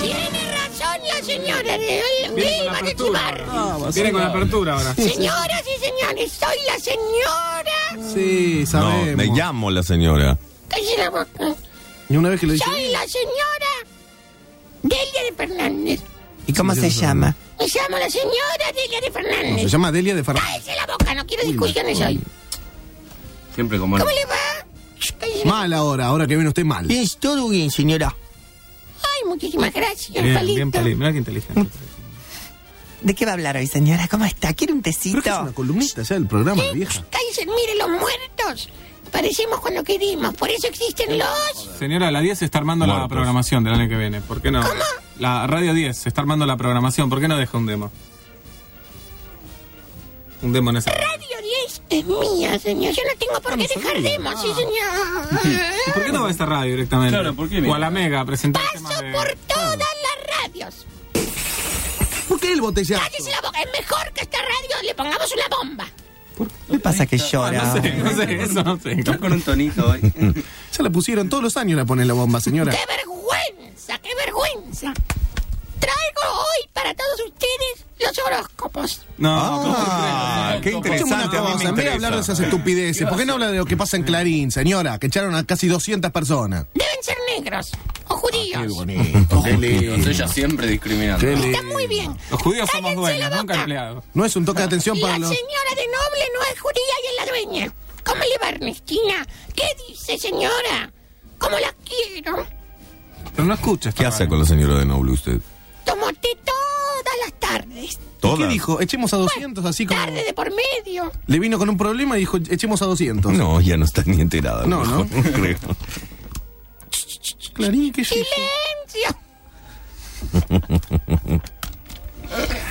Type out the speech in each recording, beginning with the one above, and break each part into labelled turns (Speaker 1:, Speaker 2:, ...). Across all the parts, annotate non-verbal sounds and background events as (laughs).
Speaker 1: Tiene razón la señora de hoy.
Speaker 2: Viene
Speaker 1: me
Speaker 2: con
Speaker 1: iba a
Speaker 2: apertura. Ah,
Speaker 1: chupar.
Speaker 2: Viene con apertura ahora.
Speaker 1: Señoras y señores, soy la señora.
Speaker 3: Sí,
Speaker 4: No,
Speaker 3: sabemos.
Speaker 4: me llamo la señora.
Speaker 1: Cállese la boca.
Speaker 3: Y una vez que lo dije.
Speaker 1: Soy la señora Delia de Fernández.
Speaker 5: ¿Y cómo se llama?
Speaker 1: Me llamo la señora Delia de
Speaker 3: No, se
Speaker 1: Fernández.
Speaker 3: llama Delia de Fernández.
Speaker 1: Cállese la boca, no quiero discusiones hoy.
Speaker 2: Siempre como
Speaker 1: ¿Cómo le va? Cállese la-
Speaker 3: Mal ahora, ahora que viene usted mal.
Speaker 5: Bien, todo bien, señora.
Speaker 1: Ay, muchísimas gracias,
Speaker 2: Bien,
Speaker 1: palito.
Speaker 2: bien palito. Mirá qué inteligente.
Speaker 5: ¿De qué va a hablar hoy, señora? ¿Cómo está? ¿Quiere un
Speaker 3: Creo que es una
Speaker 5: tecito?
Speaker 3: columnista ya del programa, vieja.
Speaker 1: Cállese, mire, los muertos. Parecemos cuando queremos, por eso existen los...
Speaker 2: Señora, la 10 se está armando la
Speaker 4: Muertos.
Speaker 2: programación del año que viene. ¿Por qué no? La Radio 10 se está armando la programación. ¿Por qué no deja un demo? Un demo en ese.
Speaker 1: Radio 10 es mía, señor. Yo no tengo por qué dejar demos,
Speaker 2: Ah.
Speaker 1: sí,
Speaker 2: ¿Y (laughs)
Speaker 1: señor.
Speaker 2: por qué no va a esta radio directamente?
Speaker 6: Claro, ¿por qué
Speaker 2: O
Speaker 6: viene?
Speaker 2: a la Mega a presentar temas
Speaker 1: Paso
Speaker 2: de-
Speaker 1: por todas las radios.
Speaker 3: ¿Por qué el botellazo?
Speaker 1: Cállese la boca, es mejor que a esta radio le pongamos una bomba.
Speaker 5: ¿Qué pasa que llora?
Speaker 2: Ah, No sé, no sé, eso no sé.
Speaker 6: Está con un tonito (laughs) hoy.
Speaker 3: Ya la pusieron todos los años la ponen la bomba, señora.
Speaker 1: ¡Qué vergüenza, qué vergüenza! Traigo hoy para todos ustedes los horóscopos.
Speaker 2: No,
Speaker 4: Ah, qué
Speaker 3: Escuchame una
Speaker 4: interesante. A mí me
Speaker 3: cosa, en vez de hablar de
Speaker 4: interesa.
Speaker 3: esas estupideces, ¿por qué no habla de lo que pasa en Clarín, señora? Que echaron a casi 200 personas.
Speaker 1: Deben ser negros o
Speaker 2: Ah,
Speaker 1: judíos.
Speaker 3: bonito, qué lindo.
Speaker 6: Ella siempre discriminando.
Speaker 3: Qué lindo.
Speaker 1: Está muy bien.
Speaker 2: Los judíos somos
Speaker 1: Cállense la
Speaker 2: dueños, nunca
Speaker 1: boca.
Speaker 2: empleados.
Speaker 3: No es un toque de atención
Speaker 1: La
Speaker 3: para los...
Speaker 1: señora de Noble no es judía y es la dueña. ¿Cómo le va, Ernestina? ¿Qué dice, señora? ¿Cómo la quiero?
Speaker 2: Pero no escuchas.
Speaker 3: Ah,
Speaker 4: ¿Qué hace con la señora de Noble usted?
Speaker 1: Tomo té todas las tardes.
Speaker 4: ¿Todas?
Speaker 3: ¿Qué dijo? Echemos a 200, así como...
Speaker 1: Tarde de por medio.
Speaker 3: Le vino con un problema y dijo, echemos a 200.
Speaker 4: No, ya no está ni enterada.
Speaker 3: No,
Speaker 4: (laughs) mejor,
Speaker 3: ¿no?
Speaker 4: creo.
Speaker 3: Clarín, ¿qué es eso?
Speaker 1: Silencio.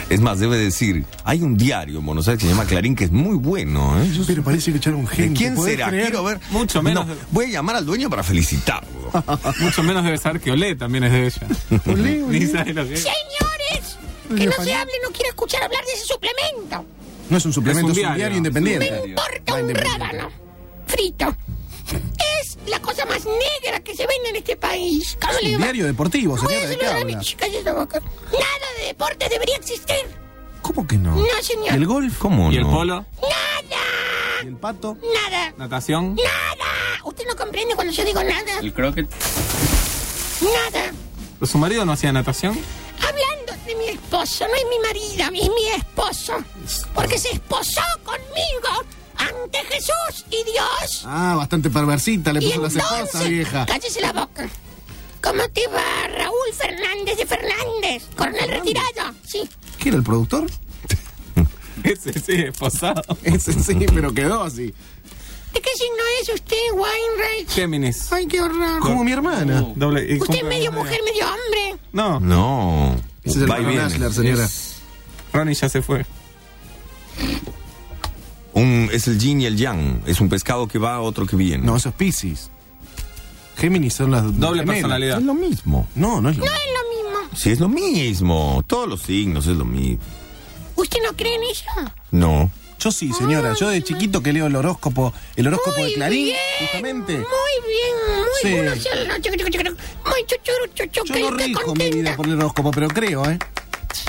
Speaker 4: Es más, debe decir, hay un diario en Buenos Aires que se llama Clarín que es muy bueno, ¿eh?
Speaker 3: Pero parece que echaron
Speaker 4: ¿De
Speaker 3: gente.
Speaker 4: quién
Speaker 3: ¿podés
Speaker 4: será?
Speaker 3: creer?
Speaker 4: Quiero ver.
Speaker 2: Mucho menos.
Speaker 4: No, voy a llamar al dueño para felicitarlo.
Speaker 2: Mucho menos debe saber que Olé también es de
Speaker 1: (laughs)
Speaker 2: ella.
Speaker 3: Olé, olé.
Speaker 2: Ni sabe lo que es.
Speaker 1: Señores, que
Speaker 3: Le
Speaker 1: no se
Speaker 3: falló.
Speaker 1: hable, no quiero escuchar hablar de ese suplemento.
Speaker 3: No es un suplemento,
Speaker 2: Es
Speaker 3: es
Speaker 2: un
Speaker 3: un,
Speaker 2: diario.
Speaker 3: diario independiente.
Speaker 1: Porta
Speaker 3: Va
Speaker 1: un
Speaker 3: independiente.
Speaker 1: rábano frito. Es la cosa más negra que se vende en este país. ¿Cómo le
Speaker 3: Un
Speaker 1: va?
Speaker 3: diario deportivo,
Speaker 1: Voy a
Speaker 3: señora, ¿de qué
Speaker 1: saludar a mi
Speaker 3: habla?
Speaker 1: chica, cállese la boca. Nada de deporte debería existir.
Speaker 3: ¿Cómo que no?
Speaker 1: No, señor.
Speaker 3: ¿Y (laughs) el golf?
Speaker 4: ¿Cómo
Speaker 2: ¿Y el
Speaker 4: no?
Speaker 2: polo?
Speaker 1: Nada,
Speaker 3: ¿Y el pato?
Speaker 1: nada,
Speaker 2: ¿Natación?
Speaker 1: nada. Usted no comprende cuando yo digo nada,
Speaker 6: El croquet.
Speaker 1: nada.
Speaker 2: ¿Su marido no hacía natación? (laughs)
Speaker 1: Hablando de mi esposo, no es mi marido, es mi esposo. Porque se esposó conmigo ante Jesús y Dios.
Speaker 3: Ah, bastante perversita, le
Speaker 1: Y
Speaker 3: puso las esposas, vieja.
Speaker 1: cállese la boca. ¿Cómo te va, Raúl Fernández de Fernández? Coronel retirado. Sí.
Speaker 3: ¿Qué era el productor? (laughs)
Speaker 2: Ese sí, esposado.
Speaker 3: Ese sí, pero quedó así.
Speaker 1: ¿De qué signo es usted, Wainwright?
Speaker 2: Géminis.
Speaker 3: Ay, qué horror. Como mi hermana.
Speaker 2: Doble, y
Speaker 1: Usted es
Speaker 2: cumple-
Speaker 1: medio mujer, medio hombre.
Speaker 2: No,
Speaker 4: No.
Speaker 3: Ese es el
Speaker 4: Va y
Speaker 3: hermano
Speaker 4: viene.
Speaker 3: Ashler, señora.
Speaker 2: Ronnie ya se fue.
Speaker 4: Un- es el yin y el yang. Es un pescado que va, otro que viene.
Speaker 3: No, eso es Pisces. Géminis son las
Speaker 2: Doble
Speaker 3: gemelas.
Speaker 2: personalidad.
Speaker 4: es lo mismo.
Speaker 3: No, no es lo
Speaker 1: No es lo mismo.
Speaker 4: Sí, es lo mismo. Todos los signos es lo mismo.
Speaker 1: ¿Usted no cree en eso?
Speaker 4: No.
Speaker 3: Yo sí, señora. Yo de chiquito que leo el horóscopo, el horóscopo de Clarín,
Speaker 1: bien,
Speaker 3: justamente.
Speaker 1: Muy bien, muy
Speaker 3: Sí.
Speaker 1: bueno. sí, no, chuc, chuc, chuc, chuc. Muy chuchuru, chuchu,
Speaker 3: Yo
Speaker 1: que
Speaker 3: no
Speaker 1: estoy
Speaker 3: rijo mi
Speaker 1: contenta.
Speaker 3: vida por el horóscopo, pero creo, ¿eh?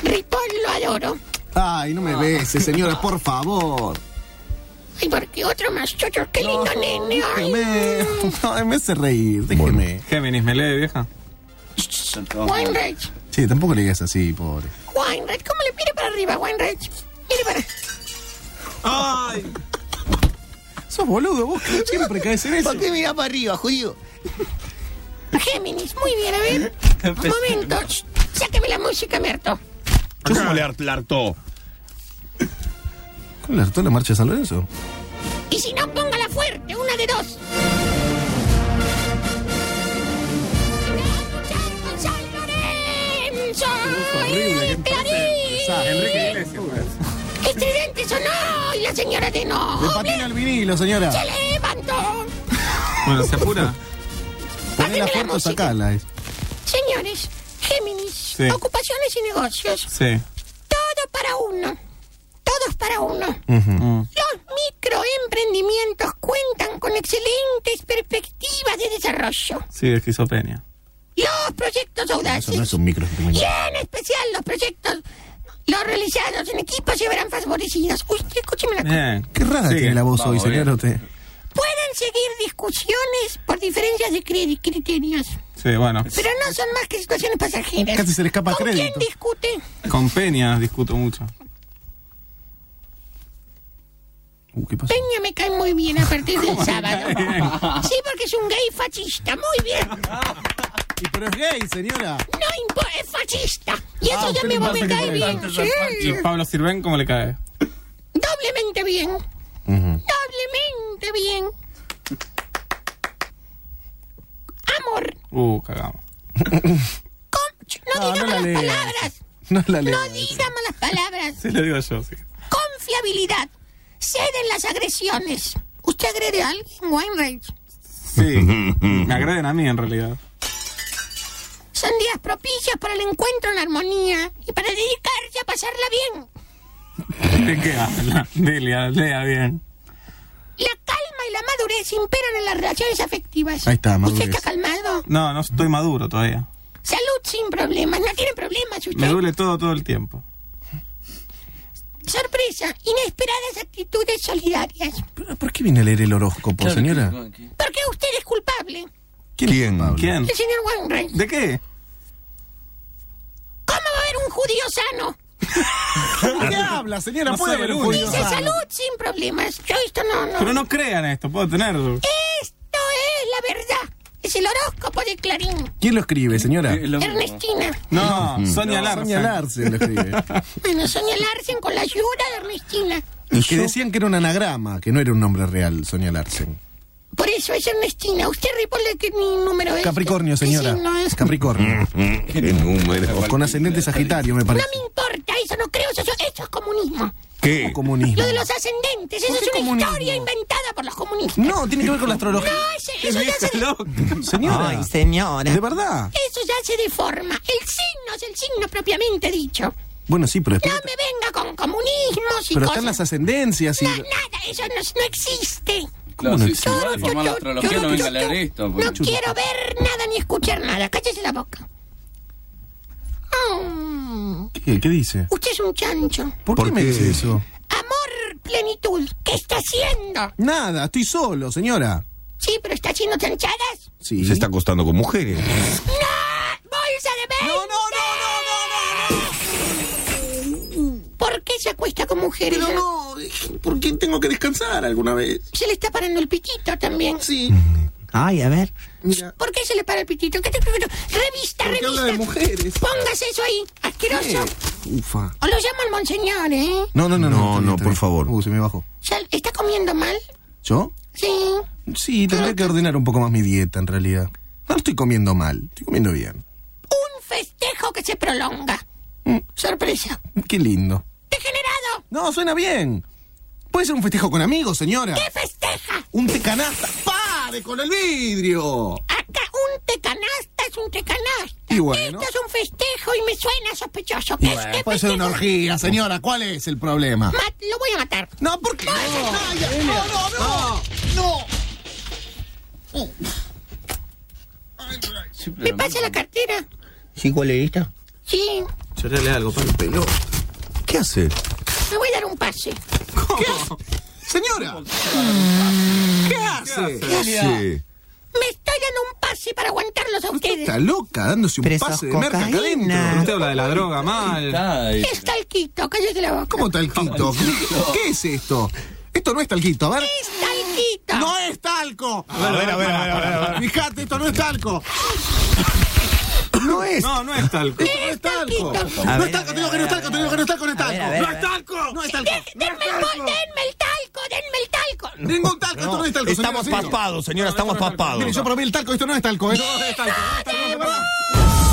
Speaker 1: Ripoll lo adoro.
Speaker 3: Ay, no me beses, señora, por favor.
Speaker 1: Ay, porque otro más chucho, qué lindo nene. Ay,
Speaker 3: (laughs) Déjeme. Ay, me hace reír, déjeme.
Speaker 2: Géminis, me lee, vieja.
Speaker 6: Son todos mal.
Speaker 1: Wainwright,
Speaker 3: Sí, tampoco le digas así, pobre.
Speaker 1: Wainwright, ¿cómo le mire para arriba, Wainwright? Mire para.
Speaker 2: ¡Ay!
Speaker 3: Sos boludo, vos que siempre caes en eso.
Speaker 5: ¿Por qué mira para arriba, judío?
Speaker 1: Géminis, muy bien, a
Speaker 3: (laughs)
Speaker 1: ver. Un momento, sh, sáqueme la música, Merto.
Speaker 4: Yo como le harto.
Speaker 3: ¿Cuál le hartó la marcha de San Lorenzo?
Speaker 1: Y si no, póngala fuerte, una de dos. San Lorenzo este y Clarín. Estridente Este sonó y la señora de
Speaker 3: De
Speaker 1: no
Speaker 3: patina al vinilo, señora.
Speaker 1: se levantó.
Speaker 2: Bueno, ¿se
Speaker 3: (laughs)
Speaker 2: apura?
Speaker 1: Bájeme
Speaker 3: Poné la
Speaker 1: la
Speaker 3: foto,
Speaker 1: música.
Speaker 3: sacala. eh.
Speaker 1: Señores, Géminis,
Speaker 2: Sí.
Speaker 1: ocupaciones y negocios.
Speaker 2: Sí.
Speaker 1: Todo para uno. Todos para uno.
Speaker 2: Mm.
Speaker 1: Los microemprendimientos cuentan con excelentes perspectivas de desarrollo.
Speaker 2: Sí, de esquizopenia.
Speaker 1: Los proyectos
Speaker 3: Eso no es
Speaker 1: audaces,
Speaker 3: un micro.
Speaker 1: y en especial los proyectos, los realizados en equipo, se verán favorecidos. Uy, escúcheme una cosa.
Speaker 2: Bien.
Speaker 3: Qué rara
Speaker 2: Sigue.
Speaker 3: tiene la voz hoy,
Speaker 2: Vamos, bien.
Speaker 3: señor. Usted.
Speaker 1: Pueden seguir discusiones por diferencias de cri- criterios,
Speaker 2: Sí, bueno.
Speaker 1: pero no son más que situaciones pasajeras.
Speaker 3: Casi se le escapa
Speaker 1: ¿Con
Speaker 3: crédito.
Speaker 1: quién discute?
Speaker 2: Con Peña discuto mucho.
Speaker 3: Uh, ¿Qué pasó?
Speaker 1: Peña me cae muy bien a partir
Speaker 3: (laughs)
Speaker 1: del sábado. Sí, porque es un gay fascista, muy bien.
Speaker 3: Y pero es gay, señora.
Speaker 1: No importa, es fascista. Y eso
Speaker 3: Ah,
Speaker 1: ya
Speaker 3: usted
Speaker 1: me,
Speaker 3: le
Speaker 1: me
Speaker 3: pasa que
Speaker 1: cae
Speaker 3: no
Speaker 1: bien.
Speaker 2: ¿Y
Speaker 1: Sí.
Speaker 2: Pablo Sirven cómo le cae?
Speaker 1: Doblemente bien. Doblemente bien. Amor.
Speaker 2: Uh, cagamos.
Speaker 1: con- ch- No,
Speaker 3: No,
Speaker 1: diga
Speaker 3: no la
Speaker 1: malas
Speaker 3: lea.
Speaker 1: palabras.
Speaker 3: No la leo.
Speaker 1: No diga malas palabras.
Speaker 2: Sí, le digo yo, sí.
Speaker 1: Confiabilidad. Ceden las agresiones. ¿Usted agrede a alguien, Wainwright?
Speaker 3: (laughs)
Speaker 2: Sí. Me agreden a mí en realidad.
Speaker 1: Son días propicios para el encuentro en armonía y para dedicarse a pasarla bien.
Speaker 2: ¿De qué habla? Delia, lea bien.
Speaker 1: La calma y la madurez imperan en las relaciones afectivas.
Speaker 3: Ahí está, madurez.
Speaker 1: ¿Usted está calmado?
Speaker 2: No, no estoy maduro todavía.
Speaker 1: Salud sin problemas. No tiene problemas usted.
Speaker 2: Me duele todo todo el tiempo.
Speaker 1: Sorpresa, inesperadas actitudes solidarias.
Speaker 3: ¿Pero ¿Por qué viene a leer el horóscopo, señora?
Speaker 1: Porque usted es culpable,
Speaker 4: ¿Quién?
Speaker 2: ¿Quién?
Speaker 1: el señor Wainwright.
Speaker 2: ¿De qué?
Speaker 1: ¿Cómo va a haber un judío sano?
Speaker 3: ¿Qué habla, señora?
Speaker 2: No
Speaker 3: Puede
Speaker 2: soy
Speaker 3: haber
Speaker 2: el
Speaker 3: un
Speaker 2: único.
Speaker 1: Dice salud sin problemas. Yo esto no, no.
Speaker 2: Pero no crean esto, puedo tener.
Speaker 1: Esto es la verdad. Es el horóscopo de Clarín.
Speaker 3: ¿Quién lo escribe, señora?
Speaker 1: Ernestina.
Speaker 2: No, Sonia Larsen.
Speaker 3: Sonia Larsen lo escribe.
Speaker 1: Bueno, Sonia Larsen con la ayuda de Ernestina.
Speaker 3: que decían que era un anagrama, que no era un nombre real, Sonia Larsen.
Speaker 1: Por eso es Ernestina. Usted repone que mi número es. este.
Speaker 3: Capricornio,
Speaker 1: ¿Qué
Speaker 3: señora.
Speaker 1: signo es?
Speaker 3: Capricornio.
Speaker 4: ¿Qué número?
Speaker 3: Con ascendente Sagitario, me
Speaker 1: No
Speaker 3: parece.
Speaker 1: me importa, eso no creo, eso, eso es comunismo.
Speaker 4: ¿Qué?
Speaker 3: Comunismo.
Speaker 1: Lo de los ascendentes, eso es
Speaker 3: ¿Por qué
Speaker 1: una
Speaker 3: comunismo?
Speaker 1: historia inventada por los comunistas.
Speaker 3: No, tiene que ver con la astrología.
Speaker 1: No, ese- eso ya se
Speaker 3: Señora.
Speaker 5: Ay, señora.
Speaker 3: De verdad.
Speaker 1: Eso ya se deforma. El signo es el signo propiamente dicho. No
Speaker 3: Bueno, sí, pero, está-
Speaker 1: me venga con comunismos y
Speaker 3: pero
Speaker 1: cosas.
Speaker 3: están las ascendencias y...
Speaker 1: No, nada, eso no, no existe.
Speaker 6: Claro,
Speaker 3: no
Speaker 6: si,
Speaker 3: existe?
Speaker 6: si va a
Speaker 1: Yo-
Speaker 6: deformar la
Speaker 1: yo-
Speaker 6: astrología,
Speaker 1: yo-
Speaker 6: no venga a
Speaker 1: yo-
Speaker 6: leer esto. pues.
Speaker 1: No
Speaker 6: porque-
Speaker 1: quiero ver nada ni escuchar nada. Cállese la boca. Mm,
Speaker 3: ¿Qué, ¿Qué dice?
Speaker 1: usted es un chancho.
Speaker 3: ¿Por, qué, me dice eso?
Speaker 1: Amor, plenitud. ¿Qué está haciendo?
Speaker 3: Nada, estoy solo, señora.
Speaker 1: Sí, pero está haciendo chanchadas.
Speaker 3: Sí.
Speaker 4: Se está acostando con mujeres.
Speaker 1: ¡Bolsa de veinte!
Speaker 3: No, no, no,
Speaker 1: ¿Por qué se acuesta con mujeres?
Speaker 3: Pero no, ¿por qué tengo que descansar alguna vez?
Speaker 1: Se le está parando el pitito también.
Speaker 3: Sí,
Speaker 4: Mm.
Speaker 5: Ay, a ver.
Speaker 3: mira,
Speaker 1: ¿Por qué se le para el pitito? ¿Qué te pregunto? Revista,
Speaker 3: porque habla de
Speaker 1: revista.
Speaker 3: mujeres.
Speaker 1: Póngase eso ahí, asqueroso.
Speaker 3: Ufa.
Speaker 1: O lo llamo al monseñor, ¿eh?
Speaker 3: No, no, no,
Speaker 4: No,
Speaker 3: está bien,
Speaker 4: no,
Speaker 3: está
Speaker 4: por
Speaker 3: bien.
Speaker 4: favor.
Speaker 3: Uh, se me bajó.
Speaker 1: Ya, ¿Está comiendo mal?
Speaker 3: ¿Yo?
Speaker 1: Sí.
Speaker 3: Sí, tendría que ordenar un poco más mi dieta en realidad. No estoy comiendo mal, estoy comiendo bien.
Speaker 1: Un festejo que se prolonga. Mm, Sorpresa.
Speaker 3: Qué lindo.
Speaker 1: ¡Degenerado!
Speaker 3: No, suena bien. Puede ser un festejo con amigos, señora.
Speaker 1: ¿Qué festeja?
Speaker 3: Un tecanasta. ¡Pare con el vidrio!
Speaker 1: Acá un tecanasta es un tecanasta.
Speaker 3: Y bueno.
Speaker 1: Esto es un festejo y me suena sospechoso.
Speaker 3: Y
Speaker 1: ¿Qué
Speaker 3: bueno,
Speaker 1: este
Speaker 3: puede ser una
Speaker 1: festejo-
Speaker 3: orgía, señora. ¿Cuál es el
Speaker 1: Ma-
Speaker 3: problema?
Speaker 1: Lo voy a matar.
Speaker 3: No, ¿por qué? No, no, no, no.
Speaker 6: Siempre
Speaker 1: ¿Me
Speaker 6: lo
Speaker 1: pasa la cartera?
Speaker 5: ¿Sí, coleguita?
Speaker 1: Sí.
Speaker 2: Chorale algo, Pablo.
Speaker 4: ¿Qué hace?
Speaker 1: Me voy a dar un pase.
Speaker 3: Señora. ¿Qué hace?
Speaker 4: ¿Qué hace?
Speaker 1: Me estoy dando un pase para aguantarlos a ustedes.
Speaker 3: Está loca dándose un
Speaker 5: Pero eso
Speaker 3: pase
Speaker 5: es
Speaker 3: de merca acá
Speaker 5: cocaína.
Speaker 3: adentro.
Speaker 2: Usted habla de la droga mal.
Speaker 6: mismo. Ay,
Speaker 1: Es talquito, cállese la boca.
Speaker 3: ¿Cómo talquito? ¿Qué es esto? Esto no es talquito, a ver.
Speaker 1: Es talquito.
Speaker 3: ¡No es talco! A ver, a ver, a ver, Fijate, esto no es talco. No es.
Speaker 2: No, no es tal.
Speaker 3: Esto no es talco. No
Speaker 5: A ver,
Speaker 3: es talco,
Speaker 5: a
Speaker 3: te digo que no es talco, te digo que no es talco, no es
Speaker 5: A ver,
Speaker 3: talco.
Speaker 5: a ver,
Speaker 3: No es
Speaker 5: a ver.
Speaker 3: talco, no es talco.
Speaker 1: De- denme, el, bol- denme el talco, denme el talco.
Speaker 3: Ningún talco, esto no es talco. señora,
Speaker 4: Estamos
Speaker 3: sí.
Speaker 4: paspados, señora, estamos paspados.
Speaker 3: Mire, yo probé el talco, esto no es talco, ¿eh? No es talco, no es talco, es verdad.